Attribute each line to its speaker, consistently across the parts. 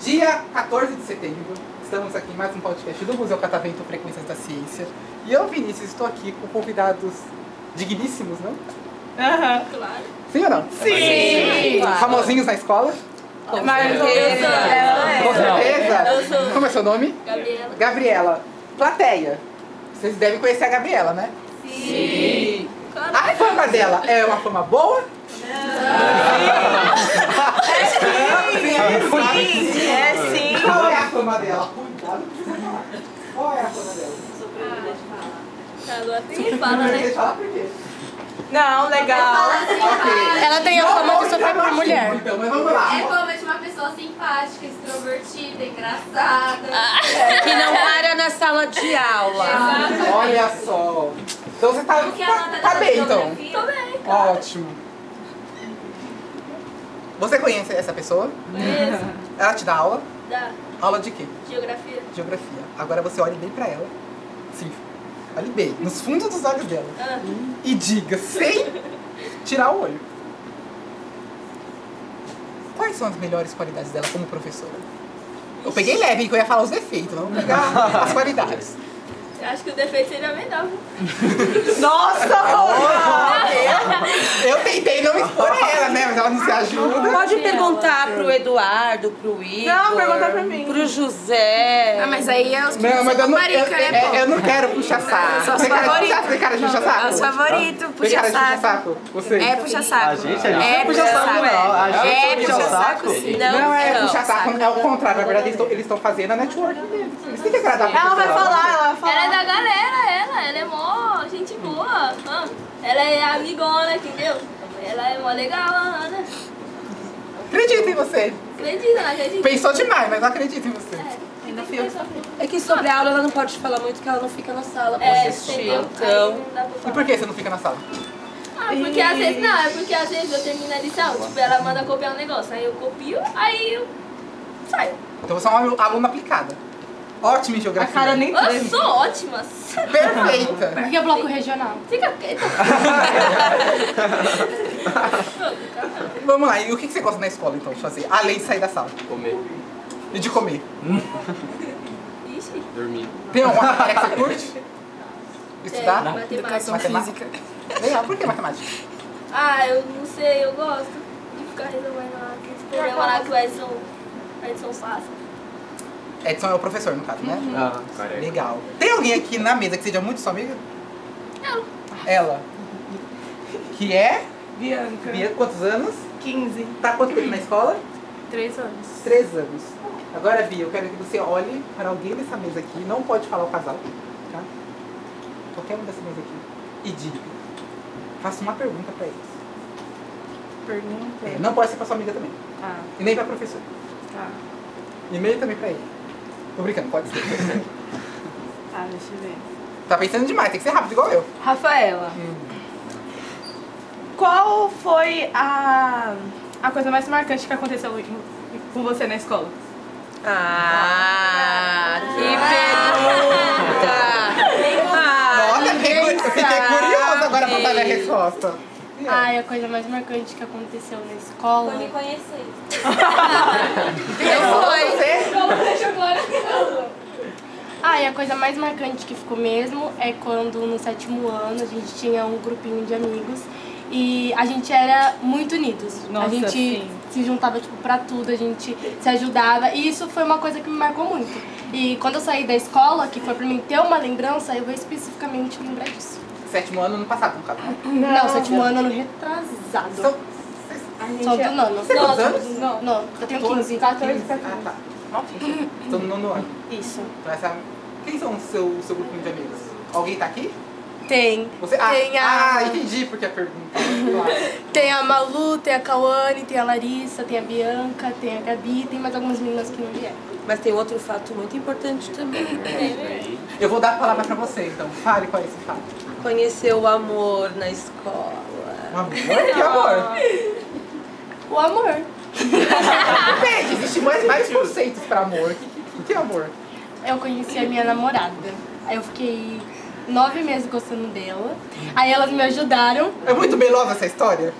Speaker 1: Dia 14 de setembro, estamos aqui em mais um podcast do Museu Catavento Frequências da Ciência. E eu, Vinícius, estou aqui com convidados digníssimos, não?
Speaker 2: Claro.
Speaker 1: Sim ou não?
Speaker 2: Sim!
Speaker 1: Famosinhos na escola?
Speaker 2: Mas eu sou
Speaker 1: Com
Speaker 2: ela. é
Speaker 1: certeza!
Speaker 2: Eu sou-
Speaker 1: Como é seu nome?
Speaker 2: Gabriela.
Speaker 1: Gabriela. Plateia. Vocês devem conhecer a Gabriela, né? Sim!
Speaker 2: Claro.
Speaker 1: A fama dela é uma fama boa?
Speaker 2: É
Speaker 1: Não! Sim! Sim!
Speaker 3: É sim.
Speaker 1: Qual é a fama dela? Cuidado com o que você vai falar. Qual é a fama dela?
Speaker 2: Tá, Lu, assim fala,
Speaker 1: Primeiro
Speaker 2: né?
Speaker 1: deixa ela primeiro.
Speaker 3: Não, legal.
Speaker 1: Ok.
Speaker 4: Ela tem a fama de sofrer por mulher.
Speaker 1: Então, mas vamos lá.
Speaker 5: É como de uma pessoa simpática, extrovertida, engraçada.
Speaker 2: Ah.
Speaker 3: Que não para na sala de aula.
Speaker 1: Olha só. Então você tá,
Speaker 5: Como que é a
Speaker 1: tá,
Speaker 5: nota
Speaker 1: tá
Speaker 5: da
Speaker 1: bem, então.
Speaker 5: geografia?
Speaker 2: Tô bem.
Speaker 1: Ótimo. Você conhece essa pessoa?
Speaker 2: Beleza.
Speaker 1: Ela te dá aula?
Speaker 2: Da
Speaker 1: Aula de quê?
Speaker 2: geografia.
Speaker 1: Geografia. Agora você olhe bem pra ela. assim, Sim. Olhe bem, nos fundos dos olhos dela.
Speaker 2: Ah,
Speaker 1: E diga, sem tirar o olho. Quais são as melhores qualidades dela como professora? Eu peguei leve, hein, que eu ia falar os defeitos. Vamos pegar as qualidades.
Speaker 2: eu acho que o defeito seria menor. viu?
Speaker 3: Nossa!
Speaker 1: Eu tentei não expor ela, né? Mas ela não se ajuda.
Speaker 3: Pode perguntar pro Eduardo, pro Igor.
Speaker 6: Não, pergunta pra mim.
Speaker 3: Pro José.
Speaker 4: Ah, mas aí é os
Speaker 1: Não, mas eu não, eu,
Speaker 4: marica, né,
Speaker 1: é-
Speaker 4: pô?
Speaker 1: eu não quero puxar saco.
Speaker 4: Só
Speaker 1: Tem cara de puxar
Speaker 4: favorito.
Speaker 1: saco? Tem cara de puxar
Speaker 3: Ah,
Speaker 1: saco?
Speaker 4: Os favoritos,
Speaker 1: Tem
Speaker 4: puxa
Speaker 1: cara de puxar
Speaker 4: saco.
Speaker 1: saco? Você?
Speaker 4: É puxa saco.
Speaker 7: A gente? A gente
Speaker 4: é
Speaker 7: não
Speaker 4: puxa saco,
Speaker 3: é.
Speaker 7: A gente
Speaker 4: é.
Speaker 7: não
Speaker 4: É
Speaker 7: puxa
Speaker 4: puxa
Speaker 7: saco.
Speaker 4: saco, sim.
Speaker 3: Não,
Speaker 1: Não, é
Speaker 3: não,
Speaker 1: puxar saco. É o contrário. Na verdade, eles tão- eles estão fazendo a network deles. Eles têm que agradar. pro
Speaker 6: Ela vai
Speaker 1: pessoal.
Speaker 6: falar, ela vai
Speaker 2: Ela é
Speaker 6: falar.
Speaker 2: da galera, ela. Ela é mó gente boa. Ah, Ela é amigona, entendeu? Ela é mó legal, a Ana.
Speaker 1: Acredita em você.
Speaker 2: Acredita na gente.
Speaker 1: Pensou demais, mas não acredita em você.
Speaker 2: Ainda fui eu.
Speaker 3: É que sobre a aula ela não pode falar muito que ela não fica na sala pra
Speaker 2: É,
Speaker 3: assistir.
Speaker 2: entendeu? Aí
Speaker 3: Então.
Speaker 2: não dá pra
Speaker 1: E
Speaker 2: falar.
Speaker 1: por que você não fica na sala?
Speaker 2: Ah, porque às vezes não, é porque às vezes eu termino a lição, tipo, ela manda copiar um negócio, aí eu copio, aí eu saio.
Speaker 1: Então você é uma alu- aluna aplicada. Ótima em
Speaker 6: A
Speaker 1: geografia.
Speaker 6: cara nem tá
Speaker 2: Eu
Speaker 6: treme.
Speaker 2: sou ótima.
Speaker 1: Perfeita.
Speaker 4: Porque é bloco regional.
Speaker 2: Fica quieta.
Speaker 1: Vamos lá, e o que que você gosta na escola então de fazer? Além de sair da sala
Speaker 7: Comer,
Speaker 1: e de comer.
Speaker 2: Ixi,
Speaker 7: dormir.
Speaker 1: Tem alguma matéria que você curte? Estudar?
Speaker 2: é, matemática.
Speaker 1: Matemática. Legal, por que matemática?
Speaker 2: Ah, eu não sei, eu gosto de ficar resolvendo lá aqueles problemas lá que o Edson, o Edson passa.
Speaker 1: Edson é o professor, no caso, né?
Speaker 7: Ah,
Speaker 1: Legal. Tem alguém aqui na mesa que seja muito sua amiga?
Speaker 2: Ela.
Speaker 1: Ela. Que é?
Speaker 6: Bianca.
Speaker 1: Bia, quantos anos?
Speaker 6: 15.
Speaker 1: Tá quanto tempo na escola?
Speaker 4: Três anos.
Speaker 1: Três anos. Agora, Bia, eu quero que você olhe para alguém dessa mesa aqui. Não pode falar o casal, tá? Qualquer um dessa mesa aqui. E diga. Faça uma pergunta pra eles.
Speaker 6: Pergunta.
Speaker 3: né?
Speaker 6: Ah,
Speaker 1: É, não pode ser pra sua amiga também. E nem pra professora.
Speaker 6: Tá.
Speaker 1: E nem também pra ele. Tô brincando, pode ser.
Speaker 6: Tá, deixa eu ver.
Speaker 1: tá pensando demais, tem que ser rápido, igual eu.
Speaker 6: Rafaela. Qual foi a, a coisa mais marcante que aconteceu em- com você na escola?
Speaker 3: Ah, que pergunta! Ah,
Speaker 1: Nossa, fiquei,
Speaker 3: ninguém
Speaker 1: cu- fiquei curiosa agora pra
Speaker 3: sabe.
Speaker 1: saber a resposta.
Speaker 4: Ai, a coisa mais marcante que aconteceu na escola.
Speaker 2: Foi me conhecer.
Speaker 3: Eu fui.
Speaker 1: Você?
Speaker 4: Ai, a coisa mais marcante que ficou mesmo é quando no sétimo ano a gente tinha um grupinho de amigos e a gente era muito unidos.
Speaker 6: Nossa,
Speaker 4: a gente
Speaker 6: sim.
Speaker 4: se juntava tipo para tudo, a gente se ajudava e isso foi uma coisa que me marcou muito. E quando eu saí da escola, que foi pra mim ter uma lembrança, eu vou especificamente lembrar disso.
Speaker 1: Sétimo ano, ano passado, no caso. né?
Speaker 4: Não, sétimo ano, ano retrasado.
Speaker 1: Então,
Speaker 2: é-
Speaker 4: Sou do nono.
Speaker 1: você tem quantos
Speaker 2: um- Nossa.
Speaker 1: anos?
Speaker 6: Não.
Speaker 4: Não, eu tenho 15.
Speaker 6: 14,
Speaker 1: Ah, tá. Estou no nono ano.
Speaker 4: Isso.
Speaker 1: Então, essa... Quem são o seu, seu grupinho de amigos? Alguém tá aqui?
Speaker 4: Tem.
Speaker 1: Você... Ah,
Speaker 4: Tem a-
Speaker 1: ah, entendi porque a pergunta. é Claro.
Speaker 4: Tem a Malu, tem a Cauane, tem a Larissa, tem a Bianca, tem a Gabi, tem mais algumas meninas que não vieram.
Speaker 3: Mas tem outro fato muito importante também.
Speaker 1: Eu vou dar a palavra pra você, então. Fale qual é esse fato.
Speaker 3: Conhecer o amor na escola.
Speaker 1: Um amor? Que amor?
Speaker 4: O amor.
Speaker 1: Gente, existem mais, mais conceitos pra amor. O que, que, que é amor?
Speaker 4: eu conheci a minha namorada. Aí eu fiquei nove meses gostando dela. Aí elas me ajudaram.
Speaker 1: É muito belosa essa história?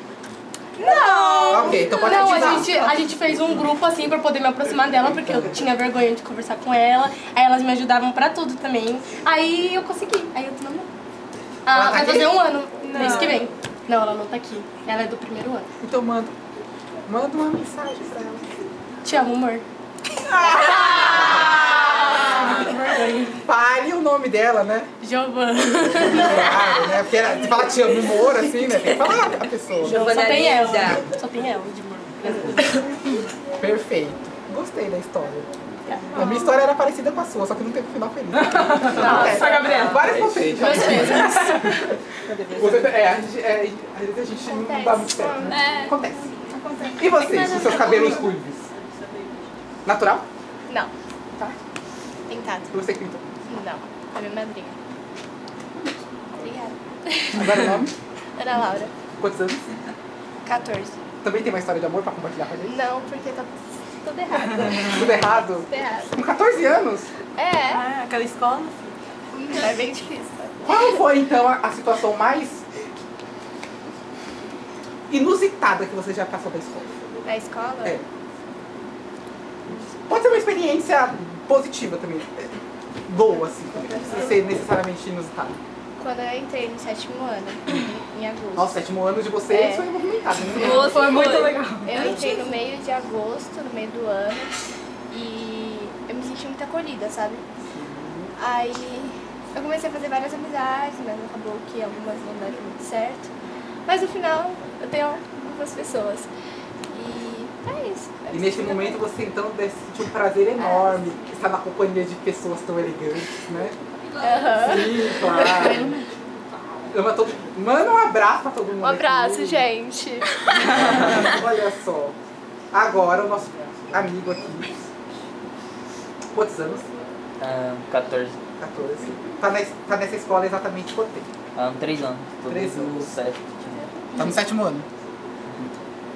Speaker 1: Não! Ok, então pode
Speaker 4: não,
Speaker 1: continuar.
Speaker 4: a gente, a gente fez um grupo assim pra poder me aproximar dela, porque eu tinha vergonha de conversar com ela. Aí elas me ajudavam pra tudo também. Aí eu consegui, aí eu tô namorando.
Speaker 1: Ela
Speaker 4: Ah,
Speaker 1: tá
Speaker 4: vai
Speaker 1: aqui?
Speaker 4: fazer um ano,
Speaker 6: Não.
Speaker 4: mês que vem. Não, ela não tá aqui. Ela é do primeiro ano.
Speaker 1: Então manda, manda uma mensagem pra ela.
Speaker 4: Te amo, amor.
Speaker 6: Ah,
Speaker 1: Fale o nome dela, né?
Speaker 4: Giovana.
Speaker 1: Claro, né? Porque ela, se fala te amo humor, assim, né? Tem que falar com a pessoa.
Speaker 4: Só tem ela.
Speaker 3: Giovanalisa.
Speaker 4: Só tem ela de amor.
Speaker 1: Perfeito. Gostei da história. A minha história era parecida com a sua, só que não teve um final feliz. é.
Speaker 6: Nossa, Gabriela.
Speaker 1: Várias confeitas. Você- é, a gente- é, às vezes a gente não dá muito certo. né?
Speaker 2: É.
Speaker 1: Acontece. E vocês, com seus cabelos ruivos? Natural?
Speaker 4: Não. Tá. Tentado.
Speaker 1: Você que pintou.
Speaker 4: Não. É minha madrinha. Obrigada.
Speaker 1: Agora o nome?
Speaker 4: Ana Laura.
Speaker 1: Quantos anos?
Speaker 4: 14.
Speaker 1: Também tem uma história de amor pra compartilhar com a gente?
Speaker 4: Não, porque tá
Speaker 2: Tudo errado.
Speaker 1: Tudo errado?
Speaker 2: Tudo errado.
Speaker 1: Com 14 anos?
Speaker 2: É.
Speaker 6: Ah, aquela escola?
Speaker 4: é bem difícil.
Speaker 1: Qual foi então a, a situação mais inusitada que você já passou da escola?
Speaker 4: Na escola?
Speaker 1: É. Pode ser uma experiência positiva também. Boa, assim. também. Não precisa ser necessariamente inusitada.
Speaker 4: Quando eu entrei no sétimo ano, em agosto.
Speaker 1: Nossa, sétimo ano de vocês
Speaker 4: É.
Speaker 1: foi movimentado, né?
Speaker 2: Nossa,
Speaker 6: Foi muito legal.
Speaker 4: Eu entrei no meio de agosto, no meio do ano, e eu me senti muito acolhida, sabe? Aí eu comecei a fazer várias amizades, mas acabou que algumas não deram muito certo. Mas no final eu tenho algumas pessoas. E é isso.
Speaker 1: E neste momento você então deve sentir um prazer enorme
Speaker 4: É.
Speaker 1: estar na companhia de pessoas tão elegantes, né? Sim, claro. Ama todo... Manda um abraço pra todo mundo.
Speaker 4: Um abraço,
Speaker 1: aqui.
Speaker 4: gente.
Speaker 1: Olha só. Agora o nosso amigo aqui. Quantos anos?
Speaker 7: Ah, 14.
Speaker 1: 14. Tá, na, tá nessa escola exatamente quanto tempo?
Speaker 7: Ah, 3 anos. Tô
Speaker 1: Três
Speaker 7: desde o
Speaker 1: anos.
Speaker 7: sétimo.
Speaker 1: Tá no sétimo ano.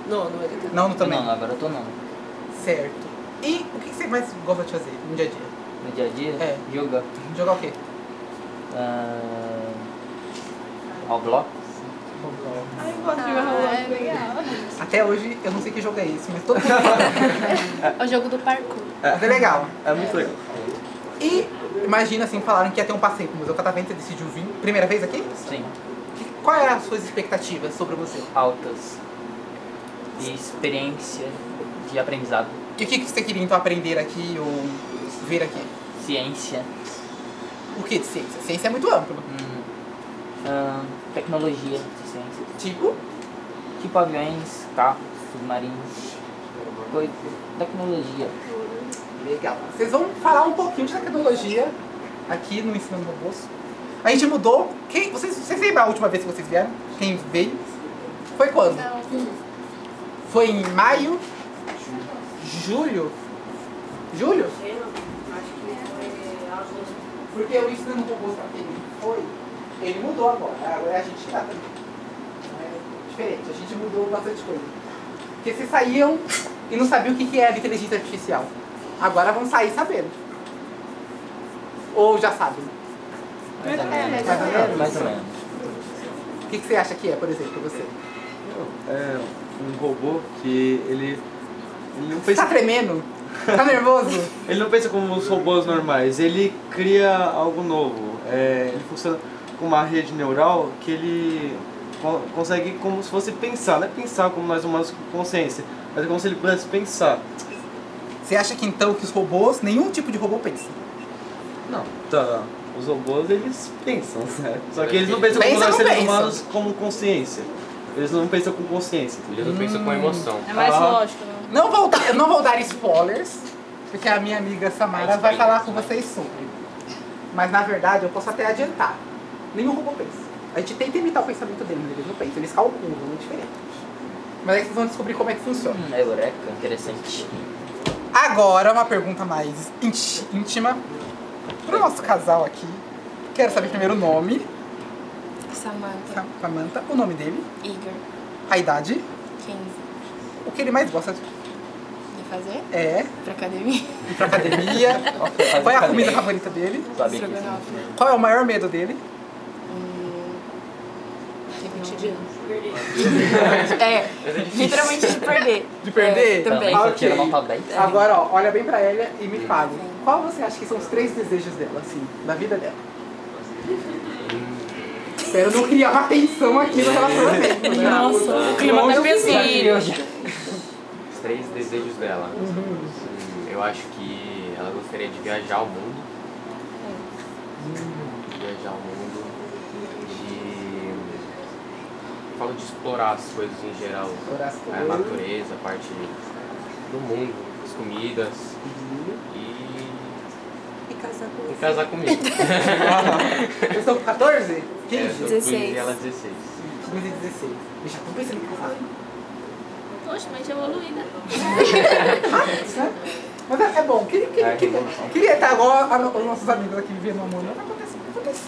Speaker 3: Não, não é
Speaker 1: Não, não
Speaker 7: Não, agora eu tô não. No
Speaker 1: Certo. E o que você mais gosta de fazer no dia a dia?
Speaker 7: dia a dia,
Speaker 1: É.
Speaker 7: yoga.
Speaker 1: Jogar o quê?
Speaker 7: Ah, Roblox.
Speaker 6: Ai, eu
Speaker 4: Ah,
Speaker 6: gosto de jogar
Speaker 4: é.
Speaker 6: rolando.
Speaker 1: Até hoje eu não sei que jogo é esse, mas todo mundo fala.
Speaker 4: É o jogo do parkour.
Speaker 1: Mas é legal.
Speaker 7: É muito legal.
Speaker 1: E imagina assim, falaram que ia ter um passeio com o Museu Catavento, você decidiu vir. Primeira vez aqui?
Speaker 7: Sim,
Speaker 1: Quais eram as suas expectativas sobre você?
Speaker 7: altas. E experiência de aprendizado.
Speaker 1: E o que que você queria então aprender aqui ou ver aqui?
Speaker 7: Ciência.
Speaker 1: O que de ciência? Ciência é muito amplo.
Speaker 7: Hum, ah, tecnologia de ciência.
Speaker 1: Tipo,
Speaker 7: Tipo aviões, carros, submarinos. Coisa. Tecnologia.
Speaker 1: legal. Vocês vão falar um pouquinho de tecnologia aqui no Ensinando no Bolso. A gente mudou. Quem, vocês, vocês lembram a última vez que vocês vieram? Quem veio? Foi quando? Foi em maio? Julho? Julho? Porque o ensinando robôs que ele foi, ele mudou agora. Agora é a gente que tá também. É diferente, a gente mudou bastante coisa. Porque vocês saíam e não sabiam o que que era inteligência artificial. Agora vão sair sabendo. Ou já sabem.
Speaker 4: é,
Speaker 7: Mais ou menos.
Speaker 1: mais ou menos.
Speaker 7: Mais ou menos.
Speaker 1: O que, que você acha que é, por exemplo, você?
Speaker 8: É um robô que ele. Ele não
Speaker 1: Você tá
Speaker 8: pensa,
Speaker 1: tremendo? Tá nervoso?
Speaker 8: ele não pensa como os robôs normais, ele cria algo novo. É, ele funciona com uma rede neural que ele con- consegue como se fosse pensar, não é pensar como nós humanos com consciência, mas é como se ele pudesse pensar.
Speaker 1: Você acha que então que os robôs, nenhum tipo de robô pensa?
Speaker 8: Não, tá. Os robôs eles pensam, certo? Só que eles não pensam
Speaker 1: Pensa,
Speaker 8: como nós
Speaker 1: não
Speaker 8: seres
Speaker 1: pensa.
Speaker 8: humanos como consciência. Eles não pensam com consciência.
Speaker 9: Ele não pensa com emoção.
Speaker 6: É mais
Speaker 8: Ah.
Speaker 6: lógico, né?
Speaker 1: Não vou, dar, não vou dar spoilers, porque a minha amiga Samara vai falar com vocês sobre. Mas na verdade eu posso até adiantar. Nenhum robô pensa. A gente tenta imitar o pensamento deles, mas eles não pensam, eles calculam, é diferente. Mas aí vocês vão descobrir como é que funciona.
Speaker 7: Hum, eureka, interessante.
Speaker 1: Agora uma pergunta mais inti- íntima pro nosso casal aqui. Quero saber primeiro o nome,
Speaker 4: é. Samantha.
Speaker 1: Sa- Samantha, o nome dele,
Speaker 4: Igor.
Speaker 1: a idade,
Speaker 4: 15.
Speaker 1: o que ele mais gosta de
Speaker 4: De fazer
Speaker 1: É,
Speaker 4: pra academia.
Speaker 1: ir pra academia. Qual é a comida favorita dele?
Speaker 7: Sabe que
Speaker 4: Estrogonofe.
Speaker 1: Qual é o maior medo dele?
Speaker 4: Hum, Tem 20 dias. É, literalmente de perder.
Speaker 1: De perder?
Speaker 4: É, também.
Speaker 1: Ah,
Speaker 7: Isso aqui
Speaker 1: ok.
Speaker 7: era nota 10.
Speaker 1: Agora, ó, olha bem pra ela e me fale. Qual você acha que são os três desejos dela, assim, da vida dela? Espero não criar uma tensão aqui no relacionamento, né?
Speaker 3: Nossa, o clima tá pesado.
Speaker 9: Os três desejos dela.
Speaker 1: Uhum.
Speaker 9: Hum, Eu acho que ela gostaria de viajar o mundo. Viajar o mundo. De. Falo de explorar as coisas em geral.
Speaker 1: Explorar as
Speaker 9: A
Speaker 1: coisas.
Speaker 9: natureza, a parte do mundo, as comidas. E. E casar comigo. E casar comigo.
Speaker 1: Eu sou 14?
Speaker 9: É,
Speaker 1: 15?
Speaker 9: eu sou
Speaker 3: 16.
Speaker 9: E ela 16.
Speaker 1: 15 e 16. Eu já tô pensando em casar.
Speaker 2: Poxa, mas é evoluída.
Speaker 1: Né? Mas é, é bom. Queria, queria,
Speaker 9: É,
Speaker 1: queria,
Speaker 9: revolução.
Speaker 1: queria estar igual a- os nossos amigos aqui vivendo no amor. Não acontece, não acontece.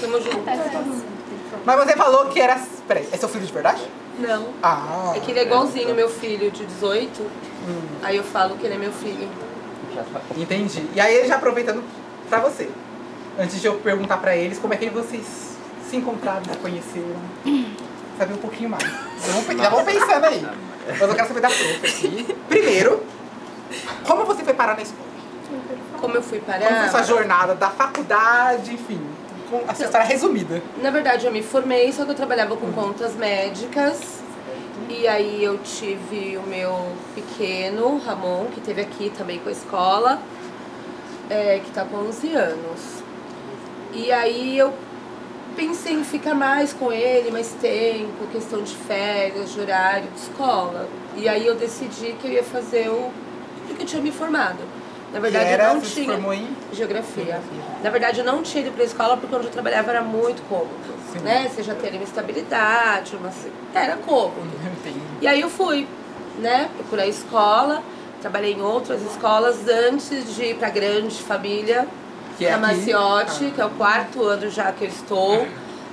Speaker 3: Tamo junto.
Speaker 4: Tá
Speaker 1: Mas você falou que era. Peraí, é seu filho de verdade?
Speaker 3: Não.
Speaker 1: Ah. Hum,
Speaker 3: É que ele é igualzinho meu filho de 18. Aí eu falo que ele é meu filho.
Speaker 7: Já tá com-
Speaker 1: Entendi. E aí, já aproveitando pra você. Antes de eu perguntar pra eles como é que vocês se encontraram, se conheceram. Saber um pouquinho mais. Já vão, pe- já vão pensando aí. Mas eu quero saber da Prof aqui. Primeiro, como você foi parar na escola?
Speaker 3: Como eu Então, fui
Speaker 1: Como É, foi
Speaker 3: parar?
Speaker 1: sua jornada da faculdade, enfim. com A sua história resumida.
Speaker 3: Na verdade, eu me formei, só que eu trabalhava com contas médicas. E aí eu tive o meu pequeno, Ramon, que teve aqui também com a escola, é, que tá com 11 anos. E aí eu pensei em ficar mais com ele, mais tempo, questão de férias, de horário, de escola. E aí eu decidi que eu ia fazer o o que eu tinha me formado. Na verdade,
Speaker 1: que era,
Speaker 3: eu não
Speaker 1: você se
Speaker 3: tinha.
Speaker 1: formou em
Speaker 3: Geografia. Na verdade, eu não tinha ido pra escola porque onde eu trabalhava era muito cômodo.
Speaker 1: Sim.
Speaker 3: Né? Você já teria uma estabilidade, uma... se- era cômodo.
Speaker 1: Entendi.
Speaker 3: E aí eu fui, né? Procurar escola, trabalhei em outras escolas antes de ir pra grande família,
Speaker 1: Que é
Speaker 3: a
Speaker 1: aqui.
Speaker 3: Maciotti,
Speaker 1: Ah.
Speaker 3: que é o quarto ano já que eu estou.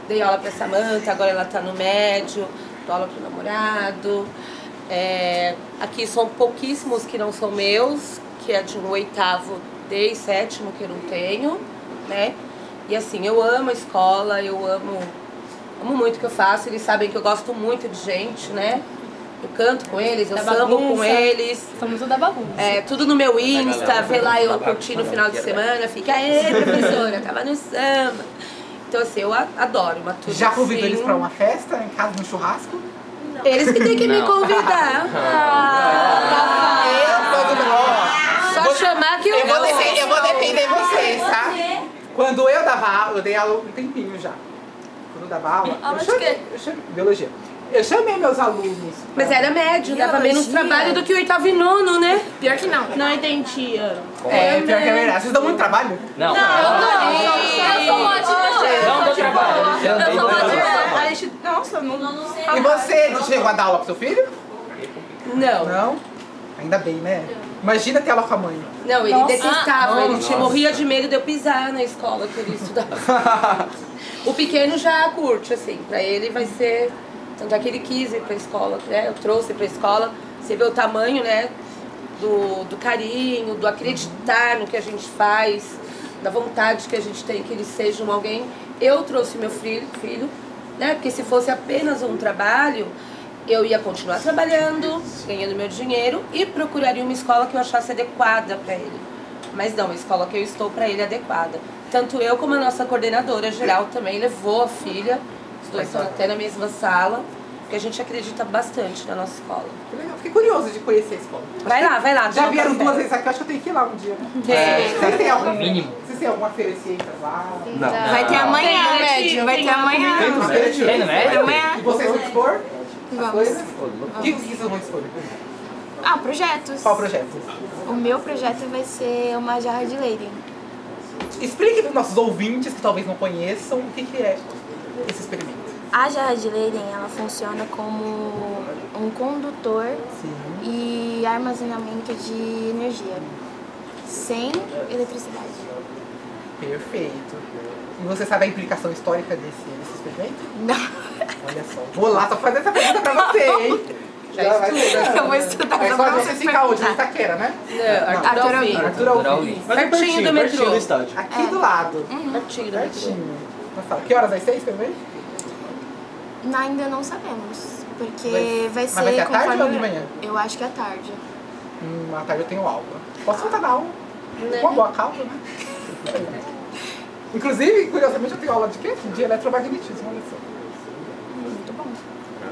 Speaker 3: Dei aula pra Samanta, agora ela tá no médio, dou aula pro namorado. É, aqui são pouquíssimos que não são meus, que é de um oitavo desde sétimo que eu não tenho, né? E assim, eu amo a escola, eu amo, amo muito o que eu faço, eles sabem que eu gosto muito de gente, né? Eu canto com eles, eu
Speaker 1: É
Speaker 6: Da
Speaker 3: sambo com
Speaker 6: bagunça.
Speaker 3: eles.
Speaker 6: Somos o da bagunça.
Speaker 3: É, tudo no meu Insta,
Speaker 9: galera,
Speaker 3: vê lá eu
Speaker 9: babado,
Speaker 3: curtindo no
Speaker 9: não,
Speaker 3: final de
Speaker 9: quero
Speaker 3: semana, fica, aê, professora, tava no samba. Então, assim, eu a- adoro uma turma.
Speaker 1: Já convidou
Speaker 3: assim.
Speaker 1: eles pra uma festa, em casa, no churrasco?
Speaker 3: Eles que têm que me
Speaker 9: Não.
Speaker 3: convidar.
Speaker 1: Eu
Speaker 3: Ah,
Speaker 1: quando ó,
Speaker 3: Só chamar que eu,
Speaker 1: eu vou,
Speaker 3: vou.
Speaker 1: defender, eu vou defender vocês, tá?
Speaker 5: Você
Speaker 1: Quando eu dava aula, eu dei aula um tempinho já. Quando eu dava aula, eu,
Speaker 2: Aula de
Speaker 1: chamei,
Speaker 2: quê?
Speaker 1: eu chamei- biologia. Eu chamei meus alunos. pra-
Speaker 3: Mas era médio, dava menos trabalho do que oitavo e nono, né?
Speaker 6: Pior que não. Não entendia.
Speaker 1: É, pior que é verdade. Vocês dão muito trabalho?
Speaker 7: Não, tá
Speaker 2: Eu
Speaker 6: um
Speaker 2: sou ótima.
Speaker 7: não deu trabalho. Já dei trabalho.
Speaker 6: A gente, nossa, não, não, não
Speaker 3: Ah,
Speaker 1: E você chegou a dar aula pro seu filho?
Speaker 3: Não,
Speaker 1: Não? Ainda bem, né? Imagina ter aula com a mãe.
Speaker 3: não, ele detestava, ele
Speaker 9: nossa.
Speaker 3: tinha- morria de medo de eu pisar na escola que ele estudava. o pequeno já curte, assim, pra ele vai ser. Tanto é que ele quis ir pra escola, né? Eu trouxe pra escola. Você vê o tamanho, né? Do, do carinho, do acreditar no que a gente faz, da vontade que a gente tem que eles sejam alguém. Eu trouxe meu filho, filho, né? Porque se fosse apenas um trabalho, eu ia continuar trabalhando, ganhando meu dinheiro e procuraria uma escola que eu achasse adequada pra ele. Mas não, a escola que eu estou para ele é adequada. Tanto eu como a nossa coordenadora geral também levou a filha. Os dois estão até na mesma sala. Porque a gente acredita bastante na nossa escola.
Speaker 1: Que legal. Fiquei curioso de conhecer a escola.
Speaker 3: Vai lá, vai lá.
Speaker 1: Já
Speaker 3: toma
Speaker 1: vieram
Speaker 3: café. É.
Speaker 1: duas vezes aqui, eu acho que eu tenho que ir lá um dia.
Speaker 4: É,
Speaker 3: Tem.
Speaker 1: Vocês têm algum
Speaker 7: Mínimo.
Speaker 1: Vocês têm alguma feira de ciências lá?
Speaker 8: Não.
Speaker 4: Vai ter amanhã,
Speaker 6: Tem,
Speaker 4: o médio. Vai
Speaker 6: tem
Speaker 4: ter amanhã.
Speaker 1: Tem uma feira de
Speaker 7: Tem,
Speaker 4: né?
Speaker 7: não é?
Speaker 1: E vocês vão expor as
Speaker 4: Vamos.
Speaker 1: coisas? O que vocês vão expor?
Speaker 4: Ah, projetos.
Speaker 1: Qual projeto?
Speaker 4: O meu projeto vai ser uma jarra de leite.
Speaker 1: Explique para os nossos ouvintes que talvez não conheçam o que, que é esse experimento.
Speaker 10: A jarra de Leiden, ela funciona como um condutor
Speaker 1: Sim.
Speaker 10: e armazenamento de energia, sem eletricidade.
Speaker 1: Perfeito. E você sabe a implicação histórica desse, desse experimento?
Speaker 10: Não.
Speaker 1: Olha só. Vou lá só fazer essa pergunta pra você, hein?
Speaker 3: Já
Speaker 1: Já vai
Speaker 3: estuda.
Speaker 1: É. estudar.
Speaker 3: Eu vou estudar
Speaker 1: Mas
Speaker 3: É só
Speaker 1: só
Speaker 3: pra
Speaker 1: você
Speaker 3: vocês
Speaker 1: fica onde? Em
Speaker 3: perguntarem.
Speaker 1: Itaquera, né?
Speaker 3: Não, Arthur Alvim.
Speaker 1: Arthur Alvim.
Speaker 8: Mas é
Speaker 3: Pertinho do metrô.
Speaker 8: pertinho do estádio.
Speaker 3: É.
Speaker 1: Aqui do lado.
Speaker 3: Pertinho do metrô.
Speaker 1: Pertinho. Na sala. Que horas vai ser isso também?
Speaker 10: Ainda não sabemos, porque
Speaker 1: Vai-
Speaker 10: vai
Speaker 1: mas
Speaker 10: ser
Speaker 1: vai ser à tarde
Speaker 10: conforme-
Speaker 1: ou de manhã?
Speaker 10: Eu acho que é à tarde.
Speaker 1: Hum, à tarde eu tenho aula. Posso voltar na aula?
Speaker 3: Né?
Speaker 1: Uma boa causa, né? Inclusive, curiosamente, eu tenho aula de quê? De eletromagnetismo, olha só.
Speaker 10: Muito bom.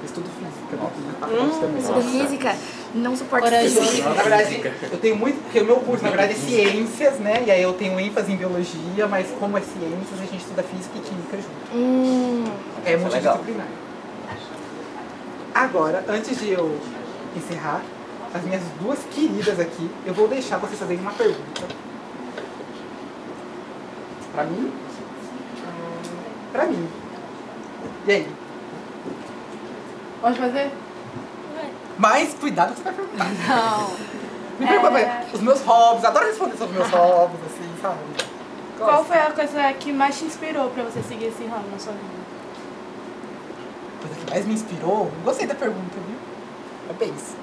Speaker 1: Estudo física, né?
Speaker 3: Hum.
Speaker 1: Faculdade também.
Speaker 10: Estudo física, não suporta
Speaker 1: Na verdade, eu tenho muito, porque o meu curso, na verdade, é ciências, né? E aí eu tenho ênfase em biologia, mas como é ciências, a gente estuda física e química junto.
Speaker 10: Hum,
Speaker 1: É
Speaker 7: Isso é
Speaker 1: multidisciplinar. Agora, antes de eu encerrar, as minhas duas queridas aqui, eu vou deixar vocês fazerem uma pergunta. Pra mim? Pra mim. E aí?
Speaker 6: Pode fazer?
Speaker 1: Mas cuidado com o que você vai perguntar.
Speaker 6: Não.
Speaker 1: Me pergunta,
Speaker 6: É.
Speaker 1: os meus hobbies, adoro responder sobre meus hobbies, assim, sabe?
Speaker 6: Qual foi a coisa que mais te inspirou pra você seguir esse ramo na sua vida?
Speaker 1: coisa que mais me inspirou? Gostei da pergunta, viu? Parabéns.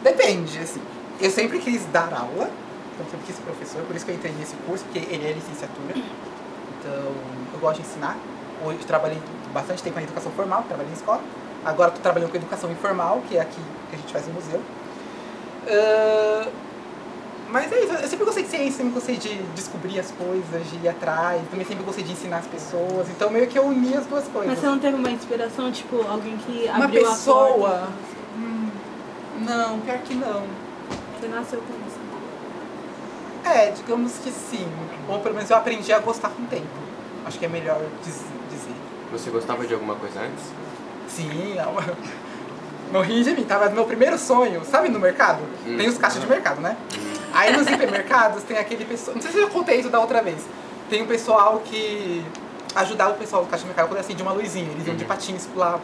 Speaker 1: Depende, assim. Eu sempre quis dar aula, então sempre quis ser professor, por isso que eu entrei nesse curso, porque ele é licenciatura. Então, eu gosto de ensinar. Hoje eu trabalhei bastante tempo na educação formal, trabalhei em escola. Agora estou trabalhando com educação informal, que é aqui que a gente faz no museu. Ah, mas é isso, eu sempre gostei de ciência, sempre gostei de descobrir as coisas, de ir atrás, também sempre gostei de ensinar as pessoas, então meio que eu uni as duas coisas.
Speaker 11: Mas você não teve uma inspiração, tipo, alguém que
Speaker 1: Uma
Speaker 11: abriu a porta?
Speaker 1: pessoa. Hum, não, pior que não.
Speaker 11: Você nasceu com isso.
Speaker 1: É, digamos que sim. Ou pelo menos eu aprendi a gostar com o tempo. Acho que é melhor diz- dizer.
Speaker 9: Você gostava de alguma coisa antes?
Speaker 1: Sim, é uma- não ri de mim, tá? Mas meu primeiro sonho, sabe no mercado?
Speaker 9: Hum.
Speaker 1: Tem os caixas de mercado, né? Aí nos hipermercados tem aquele pessoal. Não sei se eu contei isso da outra vez. Tem um pessoal que ajudava o pessoal do caixa de mercado quando acendia uma luzinha. Eles iam de patins lá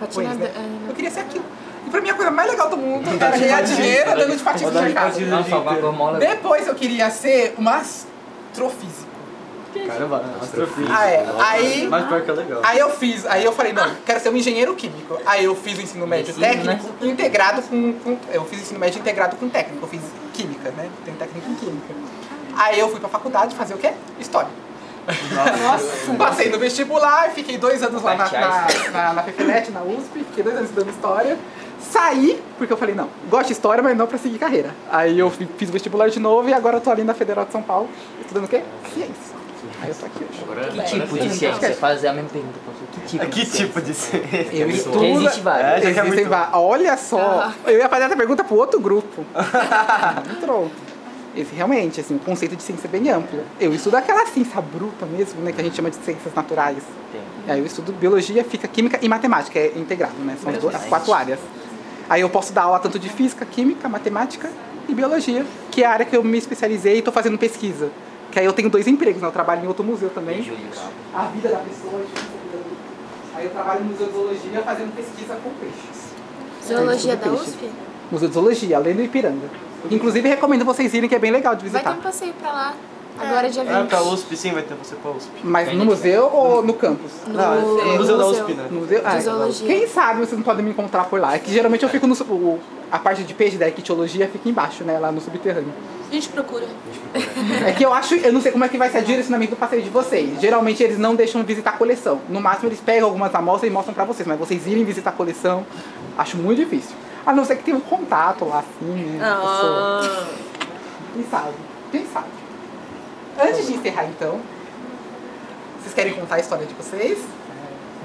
Speaker 10: patinador.
Speaker 1: Pois, né?
Speaker 10: é, não.
Speaker 1: Eu queria ser aquilo. E pra mim é a coisa mais legal do mundo era ganhar dinheiro andando de patins no
Speaker 8: Andar de Né?
Speaker 1: mercado.
Speaker 8: patins.
Speaker 7: Nossa, a guacamole.
Speaker 1: Depois eu queria ser um astrofísico.
Speaker 8: Caramba, astrofísica.
Speaker 1: Ah, é.
Speaker 9: né?
Speaker 1: Aí-
Speaker 8: Mas pior que é legal.
Speaker 1: Aí eu fiz, aí eu falei, não, quero ser um engenheiro químico. Aí eu fiz o ensino médio
Speaker 7: Medicina,
Speaker 1: técnico integrado com, com- Eu fiz o ensino médio integrado com técnico, eu fiz química, né? Tem técnico em química. Aí eu fui pra faculdade fazer o quê? História. Passei no vestibular, fiquei dois anos lá na, na, na, na Fefelete, na USP, fiquei dois anos estudando história. Saí, porque eu falei, não, gosto de história, mas não pra seguir carreira. Aí eu fi- fiz vestibular de novo e agora eu tô ali na Federal de São Paulo, estudando o quê? Ciência. Aí eu tô aqui hoje.
Speaker 9: Agora,
Speaker 7: Que tipo de ciência? Fazer a mesma pergunta pra você. Que tipo,
Speaker 8: Que
Speaker 7: de, ciência?
Speaker 8: tipo de ciência?
Speaker 1: Eu
Speaker 7: Porque existe várias.
Speaker 8: É, já que é
Speaker 1: é Existem
Speaker 8: muito-
Speaker 1: va- Olha só, eu ia fazer essa pergunta pro outro grupo. Pronto. Esse, realmente, assim, o conceito de ciência é bem amplo. Eu estudo aquela ciência bruta mesmo, né, que a gente chama de ciências naturais.
Speaker 7: Tem.
Speaker 1: E aí eu estudo biologia, física, química e matemática, é integrado, né? São as, duas- as quatro áreas. Aí eu posso dar aula tanto de física, química, matemática e biologia, que é a área que eu me especializei e estou fazendo pesquisa. Que aí eu tenho dois empregos, né? Eu trabalho em outro museu também a vida da pessoa, tipo, aí eu trabalho em museozoologia fazendo pesquisa com peixes.
Speaker 10: Zoologia
Speaker 1: Tem
Speaker 10: da
Speaker 1: tudo peixe.
Speaker 10: USP?
Speaker 1: Museozoologia, além do Ipiranga. Inclusive recomendo vocês irem que é bem legal de
Speaker 10: Vai ter
Speaker 1: visitar.
Speaker 10: um passeio pra lá.
Speaker 6: É.
Speaker 10: Agora dia 20.
Speaker 8: Ah, pra USP sim, vai ter você pra USP.
Speaker 1: Mas no museu ou no campus?
Speaker 8: Não, é no Museu da USP, né?
Speaker 1: No museu? Ah,
Speaker 10: De zoologia.
Speaker 1: quem sabe vocês não podem me encontrar por lá. É que geralmente eu fico no. su- o- a parte de peixe da equitiologia fica embaixo, né? Lá no subterrâneo.
Speaker 3: A gente procura.
Speaker 1: É que eu acho, eu não sei como é que vai ser o direcionamento do passeio de vocês. Geralmente eles não deixam visitar a coleção. No máximo eles pegam algumas amostras e mostram pra vocês, mas vocês irem visitar a coleção, acho muito difícil. A não ser que tenha um contato lá, assim, né? da pessoa.
Speaker 3: Ah,
Speaker 1: Quem sabe? Quem sabe? Antes de encerrar então, vocês querem contar a história de vocês?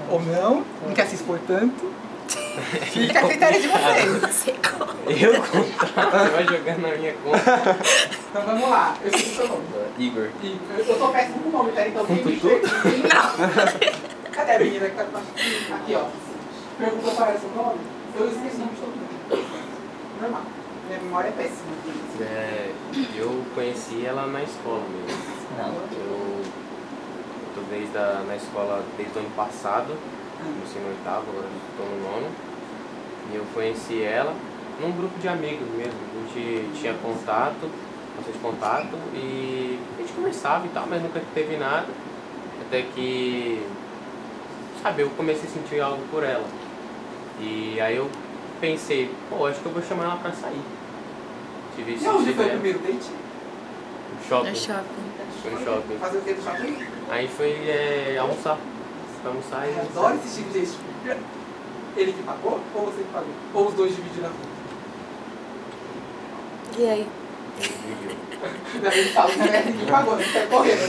Speaker 1: Ou não? Não quer se expor tanto? Fica a critério de vocês.
Speaker 9: Eu contava. Você vai jogando na minha conta.
Speaker 1: Então vamos lá, eu sei o seu nome.
Speaker 9: Igor.
Speaker 1: E eu eu tô péssimo com o nome, pera, então quem me Não! Cadê a menina que tá com a- Aqui, ó. Perguntou qual era seu um nome? Eu esqueci o nome de todo mundo. Normal. Minha memória é péssima.
Speaker 9: É, eu conheci ela na escola mesmo.
Speaker 7: Não.
Speaker 9: Eu tô desde a, na escola desde o ano passado,
Speaker 1: Ah.
Speaker 9: comecei no oitavo, agora estou no nono. E eu conheci ela num grupo de amigos mesmo. A gente tinha contato, bastante contato, e a gente conversava e tal, mas nunca teve nada. Até que, sabe, eu comecei a sentir algo por ela. E aí eu pensei, pô, acho que eu vou chamar ela pra sair. Tive
Speaker 1: E onde foi o primeiro date?
Speaker 9: No
Speaker 3: Ah.
Speaker 9: É shopping. Foi no shopping.
Speaker 1: Fazer o que no shopping?
Speaker 9: Aí foi é, almoçar. Foi almoçar e.
Speaker 1: Eu adoro esse tipo de gente. Ele que pagou ou você que pagou? Ou os dois dividiram a conta?
Speaker 10: E aí?
Speaker 1: Ainda bem que fala, né? Ele que pagou, ele tá correndo.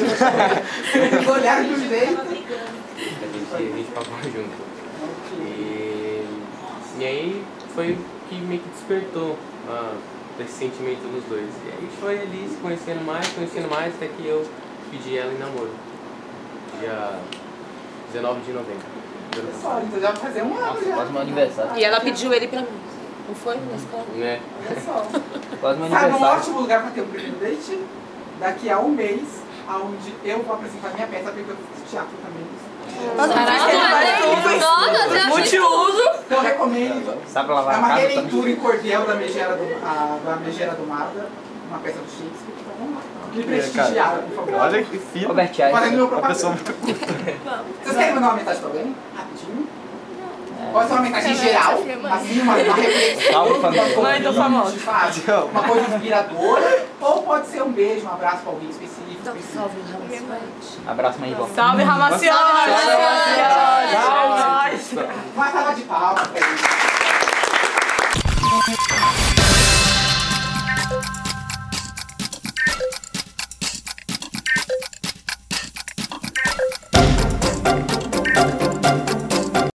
Speaker 1: Eles olharam pro jeito.
Speaker 9: A gente, a gente pagou junto. E, e aí foi o que meio que despertou ah, esse sentimento nos dois. E aí foi ali se conhecendo mais, conhecendo mais, até que eu pedi ela em namoro. Dia 19 de novembro. do ano
Speaker 1: Só, então já vai fazer um ano já.
Speaker 7: Quase meu aniversário.
Speaker 3: E ela pediu ele pra mim. Não foi? Na escola?
Speaker 9: Né?
Speaker 1: Olha É só.
Speaker 7: Quase meu
Speaker 1: Sabe um
Speaker 7: aniversário.
Speaker 1: ótimo lugar para ter um primeiro date? Daqui a um mês, aonde eu vou apresentar minha peça, porque eu fiz teatro também. é
Speaker 2: Multiuso.
Speaker 1: Então, Eu recomendo.
Speaker 7: Sabe
Speaker 1: É
Speaker 7: lavar a
Speaker 1: uma
Speaker 7: casa
Speaker 8: tá
Speaker 7: também?
Speaker 1: releitura em cordial da Megera do, a- da Megera do Mada, uma peça do Shakespeare. Então vamos lá. Me prestigiar, por favor.
Speaker 8: Olha que fino.
Speaker 7: Robert
Speaker 1: Fazendo
Speaker 7: Einstein.
Speaker 1: meu
Speaker 8: Uma pessoa
Speaker 1: propaganda.
Speaker 8: muito
Speaker 1: Vocês querem mandar uma mensagem pra alguém? Rapidinho. Pode ser uma mensagem geral, assim, uma, uma reflexão.
Speaker 7: É. Salve, família.
Speaker 1: uma coisa
Speaker 7: Mãe então do
Speaker 1: que
Speaker 7: famoso.
Speaker 1: te faz, Uma coisa inspiradora. Ou pode ser um beijo, um abraço pra alguém específico. específico.
Speaker 7: Abraço, mãe e vó.
Speaker 6: Salve, Ramacione!
Speaker 1: Uma salva de palmas.